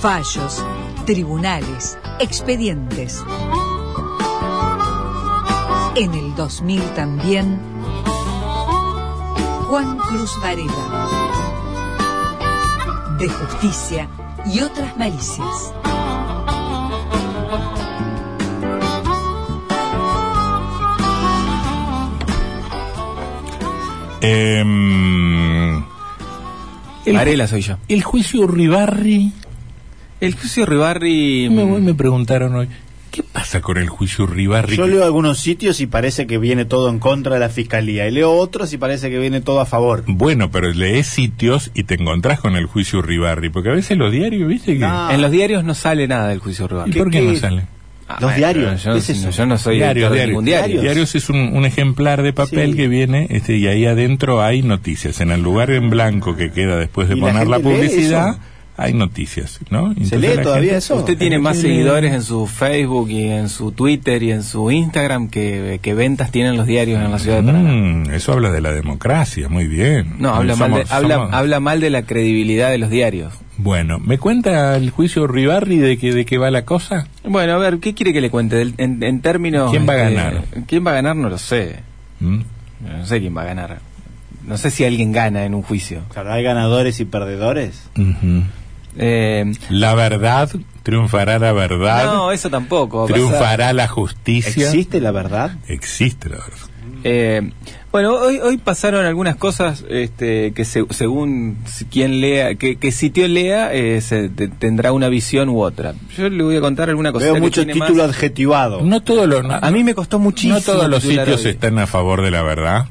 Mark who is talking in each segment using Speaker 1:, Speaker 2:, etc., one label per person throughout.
Speaker 1: fallos, tribunales, expedientes. En el 2000 también, Juan Cruz Varela. De justicia y otras malicias.
Speaker 2: Em,
Speaker 3: Eh,
Speaker 4: El,
Speaker 5: Varela soy yo.
Speaker 4: el juicio Ribarri.
Speaker 5: El juicio Ribarri.
Speaker 2: Em.
Speaker 5: mm,
Speaker 4: Me, me preguntaron hoy, ¿qué pasa con el juicio Ribarri?
Speaker 2: Yo leo algunos sitios y parece que viene todo en contra de la fiscalía. Y leo otros y parece que viene todo a favor.
Speaker 3: Bueno, pero lees sitios y te encontrás con el juicio Ribarri, porque a veces los diarios, ¿viste? Que
Speaker 2: No.
Speaker 5: En los diarios no sale nada del juicio
Speaker 3: ¿Y
Speaker 5: Ribarri.
Speaker 3: por qué
Speaker 2: qué-
Speaker 3: no sale?
Speaker 5: Ah,
Speaker 2: Los diarios,
Speaker 5: Yo,
Speaker 2: ¿qué es eso?
Speaker 5: yo no soy editor de ningún diario.
Speaker 3: Diarios. Diarios es un, un ejemplar de papel
Speaker 2: Sí.
Speaker 3: que viene este, y ahí adentro hay noticias. En el lugar en blanco que queda después de
Speaker 2: ¿Y la
Speaker 3: poner la,
Speaker 2: gente lee
Speaker 3: publicidad,
Speaker 2: eso?
Speaker 3: hay noticias, ¿no?
Speaker 2: ¿Se
Speaker 3: Entonces
Speaker 2: lee
Speaker 3: la
Speaker 2: todavía
Speaker 3: gente-
Speaker 2: eso?
Speaker 5: Usted tiene más seguidores en su Facebook y en su Twitter y en su Instagram que, que ventas tienen los diarios en la ciudad de Paraná.
Speaker 3: Mm, eso habla de la democracia, muy bien.
Speaker 5: No, habla,
Speaker 3: Somos-
Speaker 5: mal de, habla,
Speaker 3: somos-
Speaker 5: habla mal de la credibilidad de los diarios.
Speaker 3: Bueno, ¿me cuenta el juicio Ribarri de que, de qué va la cosa?
Speaker 5: Bueno, a ver, ¿qué quiere que le cuente? Del- En, en términos...
Speaker 3: ¿Quién va a ganar?
Speaker 5: ¿Quién va a ganar? No lo sé.
Speaker 3: ¿Mm?
Speaker 5: No sé quién va a ganar. No sé si alguien gana en un juicio.
Speaker 2: Claro, hay ganadores y perdedores.
Speaker 3: Ujú.
Speaker 5: Eh,
Speaker 3: La verdad, triunfará la verdad,
Speaker 5: no, eso tampoco.
Speaker 3: triunfará la justicia.
Speaker 2: ¿Existe la verdad?
Speaker 3: Existe la verdad.
Speaker 5: Eh, bueno, hoy, hoy pasaron algunas cosas este, que se- según si- quien lea, que, que sitio lea, eh, se, te- tendrá una visión u otra. Yo le voy a contar alguna cosa.
Speaker 2: Veo
Speaker 5: que
Speaker 2: mucho
Speaker 5: tiene más-
Speaker 2: título adjetivado.
Speaker 3: No todos los, no-
Speaker 5: A mí me costó muchísimo.
Speaker 3: no todos los
Speaker 5: titular
Speaker 3: sitios
Speaker 5: hoy.
Speaker 3: están a favor de la verdad,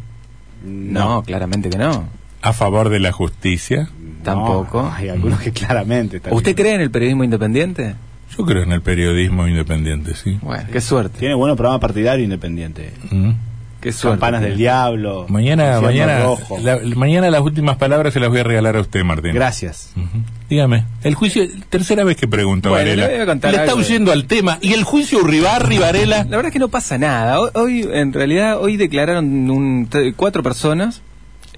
Speaker 2: Mm,
Speaker 5: No, claramente que no.
Speaker 3: a favor de la justicia.
Speaker 5: Tampoco.
Speaker 2: No, Hay algunos que claramente. están-
Speaker 5: ¿Usted cree en el periodismo independiente?
Speaker 3: Yo creo en el periodismo independiente, sí.
Speaker 5: Bueno, qué suerte.
Speaker 2: Tiene bueno programa partidario independiente.
Speaker 3: Mm.
Speaker 5: Qué suerte.
Speaker 2: Campanas del diablo.
Speaker 3: Mañana,
Speaker 2: Infierno
Speaker 3: mañana,
Speaker 2: Rojo.
Speaker 3: la- mañana las últimas palabras se las voy a regalar a usted, Martín.
Speaker 2: Gracias.
Speaker 3: Ujú. Dígame, el juicio, tercera vez que pregunto,
Speaker 5: Bueno,
Speaker 3: Varela.
Speaker 5: le voy a contar
Speaker 3: está
Speaker 5: algo.
Speaker 3: huyendo al tema. ¿Y el juicio Uribarri, Varela?
Speaker 5: La verdad es que no pasa nada. Hoy, hoy, en realidad, hoy declararon un- t- cuatro personas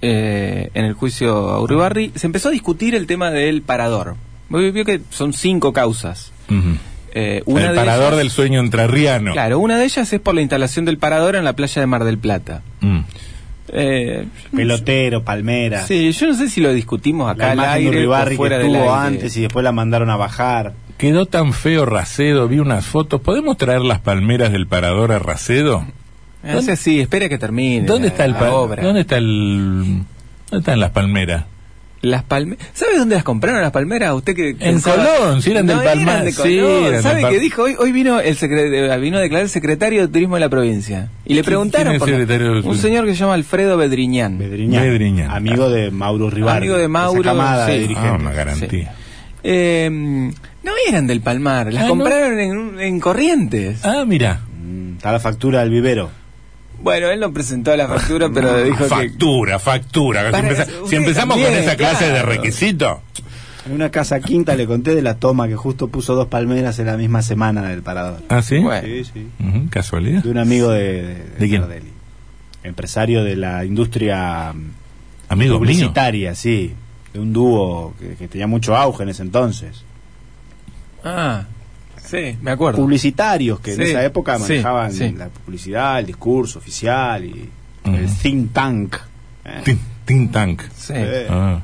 Speaker 5: eh, en el juicio a Uribarri. Se empezó a discutir el tema del parador. Vio vio que son cinco causas.
Speaker 3: Ujú.
Speaker 5: Eh, una
Speaker 3: el
Speaker 5: de
Speaker 3: parador
Speaker 5: ellas-
Speaker 3: del sueño entrerriano.
Speaker 5: Claro, una de ellas es por la instalación del parador en la playa de Mar del Plata.
Speaker 3: Mm.
Speaker 5: Eh,
Speaker 2: Pelotero, Palmera.
Speaker 5: sí, yo no sé si lo discutimos acá
Speaker 2: la
Speaker 5: al
Speaker 2: imagen de
Speaker 5: aire o
Speaker 2: Uribarri que
Speaker 5: fuera del
Speaker 2: estuvo
Speaker 5: aire.
Speaker 2: antes y después la mandaron a bajar.
Speaker 3: Quedó tan feo Racedo, vi unas fotos. ¿Podemos traer las palmeras del parador a Racedo?
Speaker 5: Eh, o sea, sí, espera que termine.
Speaker 3: ¿Dónde
Speaker 5: la-
Speaker 3: está el
Speaker 5: la
Speaker 3: pa-
Speaker 5: obra. Ah,
Speaker 3: ¿Dónde está el dónde están las palmeras?
Speaker 5: Las palme ¿Sabe dónde las compraron las palmeras? Usted que pensaba-
Speaker 3: Colón, si eran del Palmar,
Speaker 5: de
Speaker 3: sí,
Speaker 5: Colón.
Speaker 3: eran
Speaker 5: ¿Sabe
Speaker 3: del Pal-
Speaker 5: qué dijo? Hoy, hoy vino el secre- eh, vino a declarar el secretario de turismo de la provincia. Y le
Speaker 3: ¿Quién- quién
Speaker 5: preguntaron
Speaker 3: es
Speaker 5: por-
Speaker 3: secretario de
Speaker 5: un
Speaker 3: turismo?
Speaker 5: señor que se llama Alfredo Bedriñán.
Speaker 2: Bedriñán.
Speaker 3: Bedriñán.
Speaker 2: Amigo de Mauro Rival.
Speaker 5: Amigo de Mauro,
Speaker 2: camada de
Speaker 5: sí.
Speaker 3: Ah,
Speaker 2: dirigentes.
Speaker 3: una garantía.
Speaker 5: Eh, no eran del Palmar, las
Speaker 3: Ah, ¿no?
Speaker 5: compraron en, un- en Corrientes.
Speaker 3: Ah, mira.
Speaker 2: Mm, Está la factura del vivero.
Speaker 5: Bueno, él no presentó la factura,
Speaker 3: Ah,
Speaker 5: pero Ah, dijo que...
Speaker 3: factura, factura. Si,
Speaker 5: Para-
Speaker 3: empeza-
Speaker 5: usted
Speaker 3: si empezamos con
Speaker 5: también,
Speaker 3: esa clase de
Speaker 5: claro.
Speaker 3: requisito.
Speaker 2: En una casa quinta le conté de la toma que justo puso dos palmeras en la misma semana en el parador.
Speaker 3: Ah, sí.
Speaker 5: Bueno.
Speaker 2: Sí, sí.
Speaker 3: Ujú, Casualidad.
Speaker 2: De un amigo de, de,
Speaker 3: ¿De quién?
Speaker 2: Tardelli. Empresario de la industria mm,
Speaker 3: Amigo mío.
Speaker 2: publicitaria, sí. De un dúo que, que tenía mucho auge en ese entonces.
Speaker 5: Ah, sí, me acuerdo.
Speaker 2: Publicitarios que en
Speaker 5: Sí,
Speaker 2: esa época
Speaker 5: sí,
Speaker 2: manejaban
Speaker 5: sí.
Speaker 2: la publicidad, el discurso oficial y
Speaker 3: Ujú.
Speaker 2: el think tank. ¿eh?
Speaker 3: Tin- Tin Tank.
Speaker 5: Sí.
Speaker 2: Eh.
Speaker 3: Ah.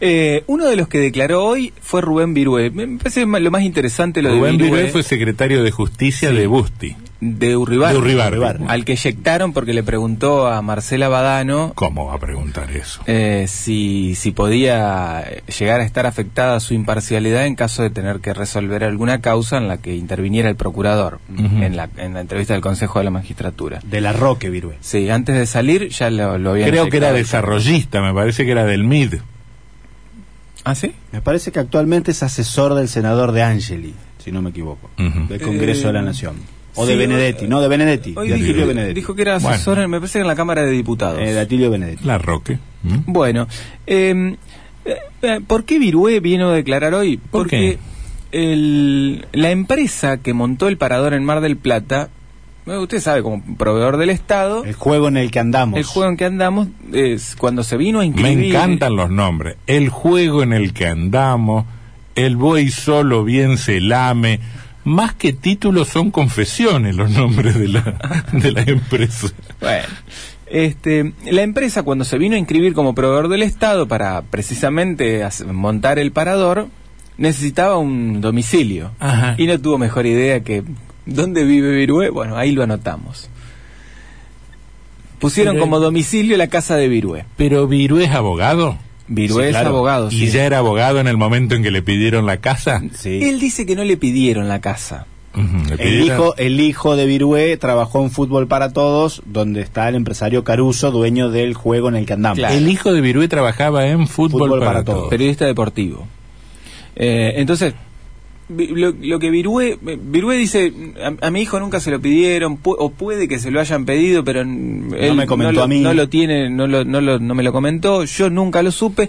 Speaker 5: Eh, uno de los que declaró hoy fue Rubén Virué. Me parece ma- lo más interesante lo
Speaker 3: Rubén
Speaker 5: de Virué,
Speaker 3: Virué fue secretario de Justicia de Busti.
Speaker 5: de
Speaker 3: De
Speaker 5: Urribar.
Speaker 3: Urribarri.
Speaker 2: Urribarri.
Speaker 5: al que eyectaron porque le preguntó a Marcela Badano
Speaker 3: ¿Cómo va a preguntar eso?
Speaker 5: eh, si, si podía llegar a estar afectada su imparcialidad en caso de tener que resolver alguna causa en la que interviniera el procurador
Speaker 3: Ujú.
Speaker 5: en, la, en la entrevista del Consejo de la Magistratura.
Speaker 2: De la Roque, Virue.
Speaker 5: Sí, antes de salir ya lo, lo habían
Speaker 3: Creo que era
Speaker 5: eyectado.
Speaker 3: desarrollista, me parece que era del MID.
Speaker 5: ¿Ah, sí?
Speaker 2: Me parece que actualmente es asesor del senador de Angeli, si no me equivoco,
Speaker 3: Ujú.
Speaker 2: del Congreso
Speaker 5: Eh,
Speaker 2: de la Nación. O
Speaker 5: sí,
Speaker 2: de Benedetti, no, de Benedetti.
Speaker 5: Hoy
Speaker 2: de
Speaker 5: dijo,
Speaker 2: Atilio Benedetti.
Speaker 5: dijo que era
Speaker 3: Bueno.
Speaker 5: asesor, en- me parece que en la Cámara de Diputados.
Speaker 2: Eh, de Atilio Benedetti.
Speaker 3: La Roque. ¿Mm?
Speaker 5: Bueno, eh, eh, eh, ¿por qué Virué vino a declarar hoy?
Speaker 3: ¿Por
Speaker 5: Porque el- la empresa que montó el parador en Mar del Plata, eh, usted sabe, como proveedor del Estado,
Speaker 2: El juego en el que andamos.
Speaker 5: el juego en que andamos, es cuando se vino a
Speaker 3: Me
Speaker 5: inscribir...
Speaker 3: encantan los nombres. El juego en el que andamos, El buey solo bien se lame. Más que títulos son confesiones los nombres de la, de la empresa.
Speaker 5: Bueno, este, la empresa cuando se vino a inscribir como proveedor del Estado para precisamente hace- montar el parador, necesitaba un domicilio.
Speaker 3: Ajá.
Speaker 5: Y no tuvo mejor idea que ¿dónde vive Virué? Bueno, ahí lo anotamos. Pusieron
Speaker 3: Pero-
Speaker 5: como domicilio la casa de Virué.
Speaker 3: Pero Virué es abogado.
Speaker 5: Virué
Speaker 2: Sí,
Speaker 5: es
Speaker 2: claro.
Speaker 5: abogado.
Speaker 3: ¿Y
Speaker 5: sí.
Speaker 3: ya era abogado en el momento en que le pidieron la casa?
Speaker 2: Sí.
Speaker 5: Él dice que no le pidieron la casa.
Speaker 3: Ujú, le
Speaker 2: El
Speaker 3: pidieron-
Speaker 2: hijo, el hijo de Virué trabajó en Fútbol para Todos, donde está el empresario Caruso, dueño del juego en el que andamos.
Speaker 5: Claro.
Speaker 3: El hijo de Virué trabajaba en fútbol,
Speaker 2: Fútbol
Speaker 3: para,
Speaker 2: para
Speaker 3: todos.
Speaker 2: todos.
Speaker 5: periodista deportivo. Eh, entonces, vi- lo, lo que Virué, Virué dice, a, a mi hijo nunca se lo pidieron, pu- o puede que se lo hayan pedido, pero n- él
Speaker 2: me comentó
Speaker 5: lo,
Speaker 2: a mí.
Speaker 5: No lo tiene, no, lo- no, lo- no me lo comentó, yo nunca lo supe.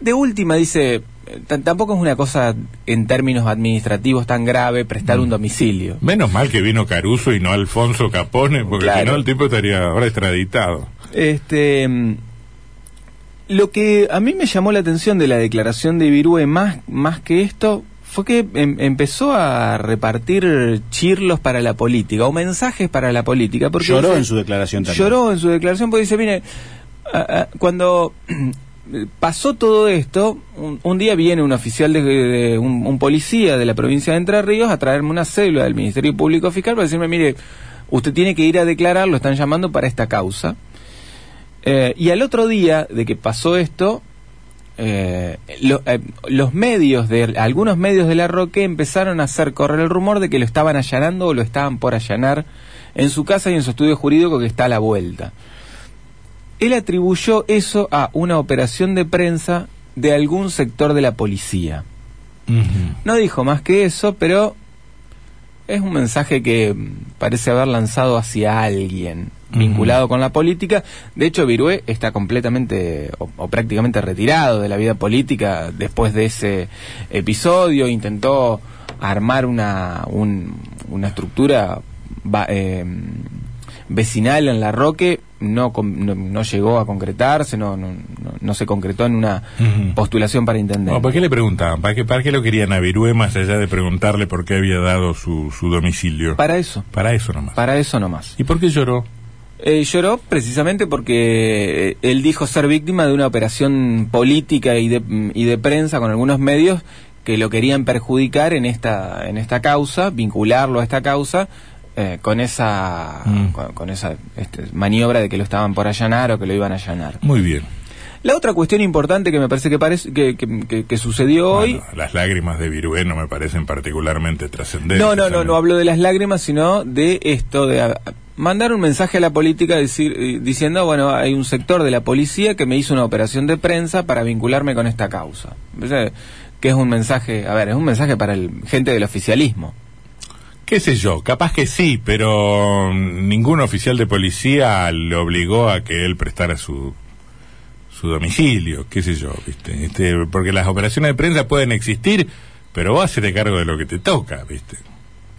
Speaker 5: De última dice, "T- tampoco es una cosa en términos administrativos tan grave prestar
Speaker 2: Mm.
Speaker 5: un domicilio.
Speaker 3: Menos mal que vino Caruso y no Alfonso Capone, porque
Speaker 5: Claro.
Speaker 3: si no el tipo estaría ahora extraditado.
Speaker 5: Este, mm, lo que a mí me llamó la atención de la declaración de Virúe más, más que esto fue que em- empezó a repartir chirlos para la política o mensajes para la política. Porque
Speaker 2: Lloró
Speaker 5: dice-
Speaker 2: en su declaración también.
Speaker 5: Lloró en su declaración porque dice, mire, a- a- cuando eh, pasó todo esto, un, un día viene un oficial, de, de- un, un policía de la provincia de Entre Ríos a traerme una célula del Ministerio Público Fiscal para decirme, mire, usted tiene que ir a declarar, lo están llamando para esta causa. Eh, y al otro día de que pasó esto, eh, lo- eh, los medios, de algunos medios de La Roque empezaron a hacer correr el rumor de que lo estaban allanando o lo estaban por allanar en su casa y en su estudio jurídico que está a la vuelta. Él atribuyó eso a una operación de prensa de algún sector de la policía. No dijo más que eso, pero es un mensaje que mm, parece haber lanzado hacia alguien vinculado con la política. De hecho, Virué está completamente o, o prácticamente retirado de la vida política después de ese episodio. Intentó armar una, un- una estructura va- eh, vecinal en La Roque. No, con- no, no llegó a concretarse, no, no, no- no se concretó en una
Speaker 3: Ujú.
Speaker 5: postulación para intendente.
Speaker 3: No, pues- ¿Para qué le preguntaban? ¿Para qué, ¿Para qué lo querían a Virué más allá de preguntarle por qué había dado su, su domicilio?
Speaker 5: Para eso,
Speaker 3: Para eso nomás.
Speaker 5: para eso nomás.
Speaker 3: ¿Y por qué lloró?
Speaker 5: Eh, lloró precisamente porque eh, él dijo ser víctima de una operación política y de, mm, y de prensa con algunos medios que lo querían perjudicar en esta en esta causa, vincularlo a esta causa eh, con esa
Speaker 3: Mm.
Speaker 5: con, con esa este, maniobra de que lo estaban por allanar o que lo iban a allanar.
Speaker 3: Muy bien.
Speaker 5: La otra cuestión importante que me parece que parece que, que- que- que sucedió hoy
Speaker 3: Bueno, las lágrimas de Virué no me parecen particularmente trascendentes.
Speaker 5: No, no, no,
Speaker 3: mí.
Speaker 5: no hablo de las lágrimas, sino de esto, de ah, mandar un mensaje a la política decir, eh, diciendo, bueno, hay un sector de la policía que me hizo una operación de prensa para vincularme con esta causa. O sea, Que es un mensaje, a ver, es un mensaje para el gente del oficialismo.
Speaker 3: ¿Qué sé yo? Capaz que sí, pero ningún oficial de policía le obligó a que él prestara su su domicilio, qué sé yo, ¿viste? Este, porque las operaciones de prensa pueden existir, pero vos hacete cargo de lo que te toca, ¿viste?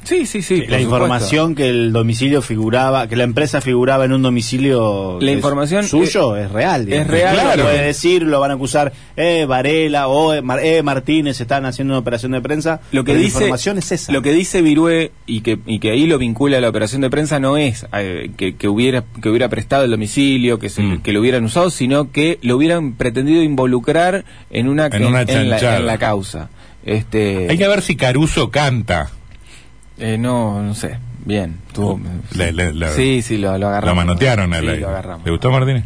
Speaker 5: Sí, sí, sí.
Speaker 2: La información que el domicilio figuraba, que la empresa figuraba en un domicilio
Speaker 5: La
Speaker 2: es
Speaker 5: información eh,
Speaker 2: suyo es, real. digamos.
Speaker 5: real.
Speaker 2: Claro,
Speaker 3: Claro.
Speaker 2: puede decir, lo van a acusar, eh, Varela o eh, Mar- eh, Martínez están haciendo una operación de prensa.
Speaker 5: Lo que
Speaker 2: pero
Speaker 5: dice,
Speaker 2: la información es esa.
Speaker 5: Lo que dice Virué y que, y que ahí lo vincula a la operación de prensa no es eh, que, que hubiera que hubiera prestado el domicilio, que, se-
Speaker 3: Mm.
Speaker 5: que lo hubieran usado, sino que lo hubieran pretendido involucrar en una,
Speaker 3: En una
Speaker 5: la,
Speaker 3: chanchada.
Speaker 5: en la causa. Este,
Speaker 3: Hay que ver si Caruso canta.
Speaker 5: eh, no, no sé. Bien. tuvo-
Speaker 3: La- la- la-
Speaker 5: sí, sí, lo, lo agarramos.
Speaker 3: Lo manotearon al
Speaker 5: Sí,
Speaker 3: aire.
Speaker 5: lo agarramos.
Speaker 3: ¿Le gustó Martínez?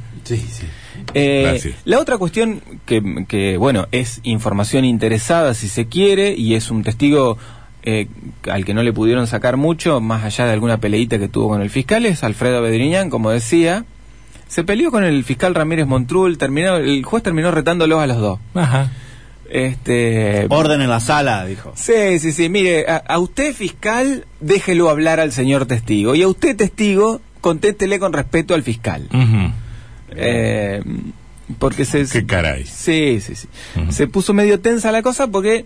Speaker 5: Eh,
Speaker 3: Gracias.
Speaker 5: la otra cuestión que, que, bueno, es información interesada si se quiere y es un testigo eh, al que no le pudieron sacar mucho, más allá de alguna peleita que tuvo con el fiscal, es Alfredo Bedriñán, como decía. Se peleó con el fiscal Ramírez Montrul, terminó, el juez terminó retándolos a los dos.
Speaker 3: Ajá.
Speaker 5: Este,
Speaker 2: Orden en la sala, dijo.
Speaker 5: Sí, sí, sí. Mire, a, a usted, fiscal, déjelo hablar al señor testigo. Y a usted, testigo, contéstele con respeto al fiscal.
Speaker 3: Ujú.
Speaker 5: Eh, porque se...
Speaker 3: Qué caray.
Speaker 5: Sí, sí, sí.
Speaker 3: Ujú.
Speaker 5: Se puso medio tensa la cosa porque,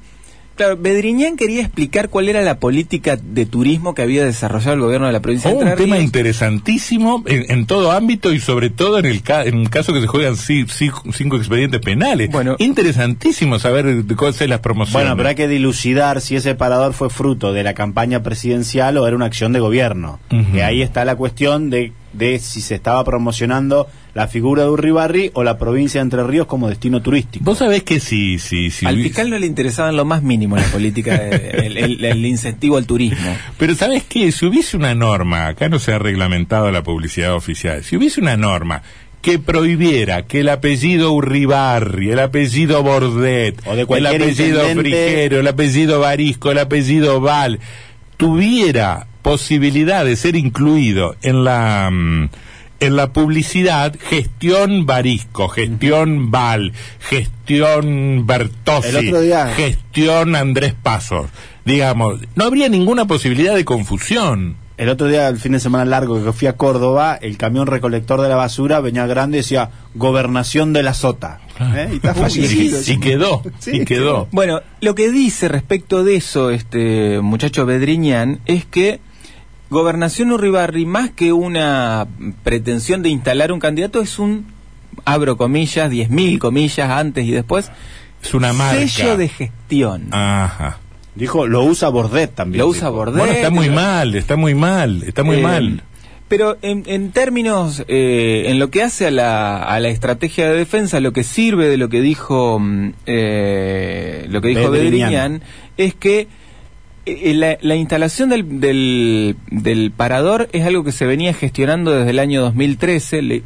Speaker 5: Claro, Bedriñán quería explicar cuál era la política de turismo que había desarrollado el gobierno de la provincia
Speaker 3: Oh,
Speaker 5: de Entre
Speaker 3: un tema
Speaker 5: Ríos.
Speaker 3: interesantísimo en, en todo ámbito y sobre todo en el ca- en un caso que se juegan ci- ci- cinco expedientes penales.
Speaker 5: Bueno.
Speaker 3: interesantísimo saber de cuáles son las promociones.
Speaker 2: Bueno, pero hay que dilucidar si ese parador fue fruto de la campaña presidencial o era una acción de gobierno.
Speaker 3: Ujú.
Speaker 2: Que ahí está la cuestión de, de si se estaba promocionando la figura de Urribarri o la provincia de Entre Ríos como destino turístico.
Speaker 3: Vos sabés que si si si
Speaker 5: Al
Speaker 3: hubi-
Speaker 5: fiscal no le interesaba en lo más mínimo la política, de- el, el- el incentivo al turismo.
Speaker 3: Pero ¿sabes qué? Si hubiese una norma, acá no se ha reglamentado la publicidad oficial, si hubiese una norma que prohibiera que el apellido Urribarri, el apellido Bordet,
Speaker 2: O de
Speaker 3: el
Speaker 2: cualquier
Speaker 3: apellido
Speaker 2: intendente.
Speaker 3: Frigero, el apellido Barisco, el apellido Val, tuviera posibilidad de ser incluido en la... mm, en la publicidad, gestión Barisco, gestión Val, gestión Bertossi,
Speaker 2: El otro día-
Speaker 3: gestión Andrés Pasos. Digamos, no habría ninguna posibilidad de confusión.
Speaker 2: El otro día, el fin de semana largo que fui a Córdoba, el camión recolector de la basura venía grande y decía Gobernación de la Sota. ¿Eh? Y está
Speaker 3: Uy,
Speaker 2: facilito.
Speaker 3: y, y quedó, y quedó.
Speaker 5: Bueno, lo que dice respecto de eso este muchacho Bedriñán es que Gobernación Urribarri, más que una pretensión de instalar un candidato, es un, abro comillas, 10.000 comillas antes y después,
Speaker 3: Es una marca.
Speaker 5: sello de gestión.
Speaker 3: Ajá.
Speaker 2: Dijo, lo usa Bordet también.
Speaker 5: Lo
Speaker 2: dijo.
Speaker 5: usa Bordet.
Speaker 3: Bueno, está muy mal, está muy mal, está muy
Speaker 5: Eh,
Speaker 3: mal.
Speaker 5: Pero en, en términos, eh, en lo que hace a la, a la estrategia de defensa, lo que sirve de lo que dijo mm, eh, lo que dijo
Speaker 2: Bedriñán.
Speaker 5: Bedriñán es que eh, la, la instalación del, del, del parador es algo que se venía gestionando desde el año 2013. Le-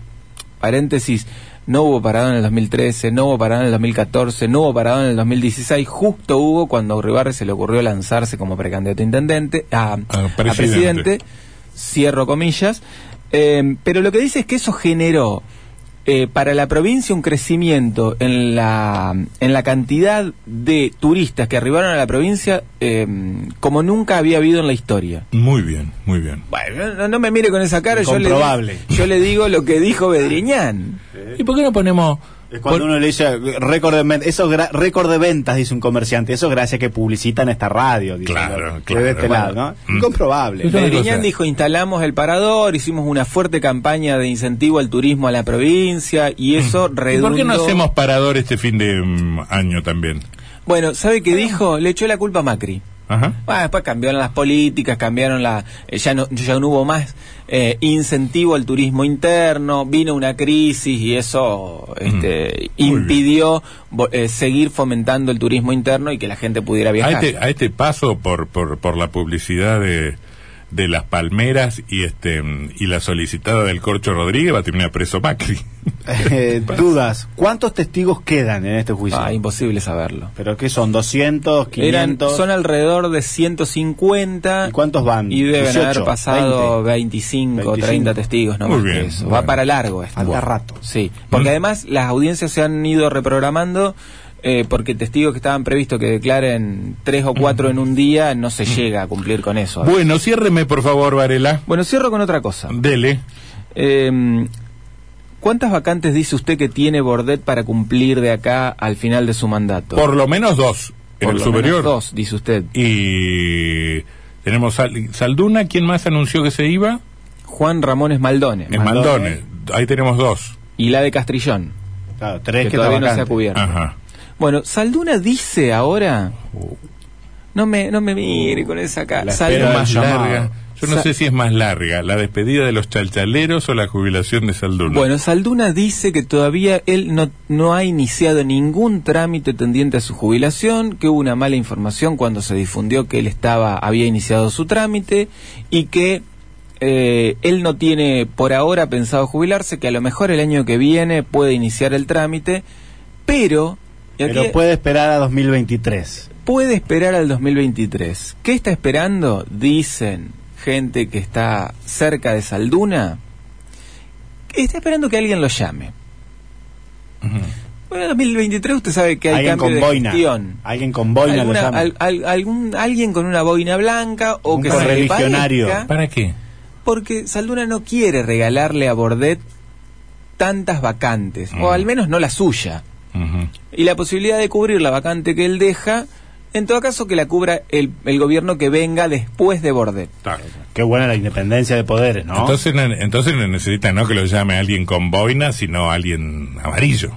Speaker 5: paréntesis, no hubo parado en el 2013, no hubo parado en el 2014, no hubo parado en el 2016. Justo hubo cuando a Uribarri se le ocurrió lanzarse como precandidato a intendente, a,
Speaker 3: A
Speaker 5: a
Speaker 3: Ah,
Speaker 5: presidente,
Speaker 3: presidente.
Speaker 5: cierro comillas. Eh, pero lo que dice es que eso generó eh, para la provincia un crecimiento en la, en la cantidad de turistas que arribaron a la provincia eh, como nunca había habido en la historia.
Speaker 3: Muy bien, muy bien.
Speaker 5: Bueno, no, no me mire con esa cara, yo le,
Speaker 2: Incomprobable.
Speaker 5: yo le digo lo que dijo Bedriñán.
Speaker 3: ¿Y por qué no ponemos
Speaker 2: Es cuando uno le dice récord de, men- eso es gra- récord de ventas, dice un comerciante. Eso es gracias a que publicitan esta radio. dice,
Speaker 3: Claro,
Speaker 2: ¿no? Que
Speaker 3: claro.
Speaker 2: De este
Speaker 3: Bueno.
Speaker 2: lado, ¿no?
Speaker 3: Mm.
Speaker 2: Incomprobable.
Speaker 3: Yo- una
Speaker 5: Bedriñán
Speaker 3: cosa.
Speaker 5: dijo, instalamos el parador, hicimos una fuerte campaña de incentivo al turismo a la provincia y eso
Speaker 3: ¿Y
Speaker 5: redundó...
Speaker 3: por qué no hacemos parador este fin de mm, año también?
Speaker 5: Bueno, ¿sabe qué dijo? Le echó la culpa a Macri.
Speaker 3: Ajá.
Speaker 5: Ah, después cambiaron las políticas, cambiaron la, eh, ya no, ya no hubo más eh, incentivo al turismo interno, vino una crisis y eso este,
Speaker 3: Muy
Speaker 5: impidió vo- eh, seguir fomentando el turismo interno y que la gente pudiera
Speaker 3: A
Speaker 5: viajar.
Speaker 3: este, a este paso por, por, por la publicidad de, de las palmeras y este mm, y la solicitada del Corcho Rodríguez va a terminar preso Macri.
Speaker 2: Eh, dudas. ¿Cuántos testigos quedan en este juicio?
Speaker 5: Ah, imposible saberlo.
Speaker 2: ¿Pero qué son? ¿200? ¿500?
Speaker 5: Eran, son alrededor de 150
Speaker 2: ¿Y cuántos van?
Speaker 5: y deben
Speaker 2: 18,
Speaker 5: haber pasado
Speaker 2: 20.
Speaker 5: 25,
Speaker 2: 25.
Speaker 5: 30 testigos, no
Speaker 3: Muy
Speaker 5: más que
Speaker 3: bien,
Speaker 5: eso. Va
Speaker 3: bueno.
Speaker 5: para largo esto.
Speaker 2: Falta rato.
Speaker 5: Sí, porque
Speaker 3: Mm.
Speaker 5: además las audiencias se han ido reprogramando eh, porque testigos que estaban previstos que declaren tres
Speaker 3: Mm.
Speaker 5: o cuatro en un día no se llega a cumplir con eso.
Speaker 3: Bueno, ciérreme por favor, Varela.
Speaker 5: Bueno, cierro con otra cosa.
Speaker 3: Dele.
Speaker 5: Eh, ¿Cuántas vacantes dice usted que tiene Bordet para cumplir de acá al final de su mandato?
Speaker 3: Por lo menos dos. En
Speaker 5: Por
Speaker 3: el
Speaker 5: lo
Speaker 3: superior.
Speaker 5: menos Dos, dice usted.
Speaker 3: Y tenemos Sal- Salduna, ¿quién más anunció que se iba?
Speaker 5: Juan Ramones Maldone.
Speaker 3: En Mandones. Ahí tenemos dos.
Speaker 5: y la de Castrillón,
Speaker 2: Claro,
Speaker 5: que,
Speaker 2: tres que,
Speaker 5: todavía no se ha
Speaker 2: trabajan.
Speaker 5: cubierto.
Speaker 3: Ajá.
Speaker 5: Bueno, Salduna dice ahora, no me, no me mire con esa cara.
Speaker 2: La
Speaker 3: Pero
Speaker 2: Pero
Speaker 5: Salduna,
Speaker 3: más
Speaker 2: el llamado.
Speaker 3: larga. Yo no
Speaker 5: Sa-
Speaker 3: sé si es más larga, la despedida de los chalchaleros o la jubilación de Salduna.
Speaker 5: bueno, Salduna dice que todavía él no, no ha iniciado ningún trámite tendiente a su jubilación, que hubo una mala información cuando se difundió que él estaba, había iniciado su trámite y que eh, él no tiene por ahora pensado jubilarse, que a lo mejor el año que viene puede iniciar el trámite, pero... y aquí-
Speaker 2: Pero puede esperar a 2023.
Speaker 5: puede esperar al 2023. ¿Qué está esperando? Dicen gente que está cerca de Salduna. que Está esperando que alguien lo llame. Bueno, 2023 usted sabe que hay
Speaker 2: Alguien
Speaker 5: cambio
Speaker 2: con
Speaker 5: de
Speaker 2: boina.
Speaker 5: gestión.
Speaker 2: Alguien con boina lo
Speaker 5: Alguna-
Speaker 2: llama.
Speaker 5: al- al- algún, alguien con una boina blanca o
Speaker 2: Un
Speaker 5: que se le
Speaker 2: correligionario.
Speaker 5: parezca,
Speaker 3: ¿Para qué?
Speaker 5: porque Salduna no quiere regalarle a Bordet tantas vacantes, o
Speaker 3: Mm.
Speaker 5: al menos no la suya
Speaker 3: Ujú.
Speaker 5: y la posibilidad de cubrir la vacante que él deja En todo caso, que la cubra el, el gobierno que venga después de Bordet.
Speaker 3: Está.
Speaker 6: Qué buena la independencia de poderes, ¿no?
Speaker 3: Entonces, ne- entonces no necesita no que lo llame alguien con boina, sino alguien amarillo.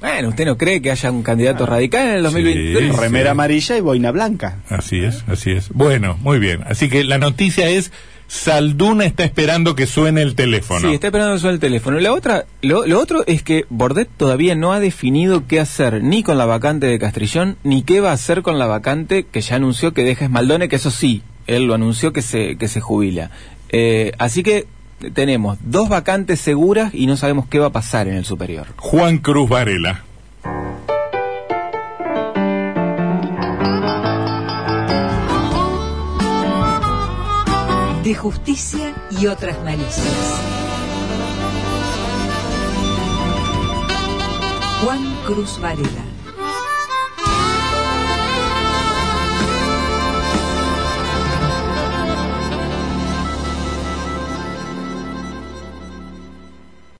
Speaker 5: Bueno, ¿usted no cree que haya un candidato radical en el 2023?
Speaker 3: Sí.
Speaker 2: Remera amarilla y boina blanca.
Speaker 3: Así es,
Speaker 5: Ah.
Speaker 3: así es. Bueno, muy bien. Así que la noticia es, Salduna está esperando que suene el teléfono.
Speaker 5: Sí, está esperando que suene el teléfono. La otra, lo, lo otro es que Bordet todavía no ha definido qué hacer ni con la vacante de Castrillón, ni qué va a hacer con la vacante que ya anunció que deja Esmaldone, que eso sí, él lo anunció que se, que se jubila. Eh, así que tenemos dos vacantes seguras y no sabemos qué va a pasar en el superior.
Speaker 3: Juan Cruz Varela.
Speaker 1: De justicia y otras malicias. Juan Cruz Varela.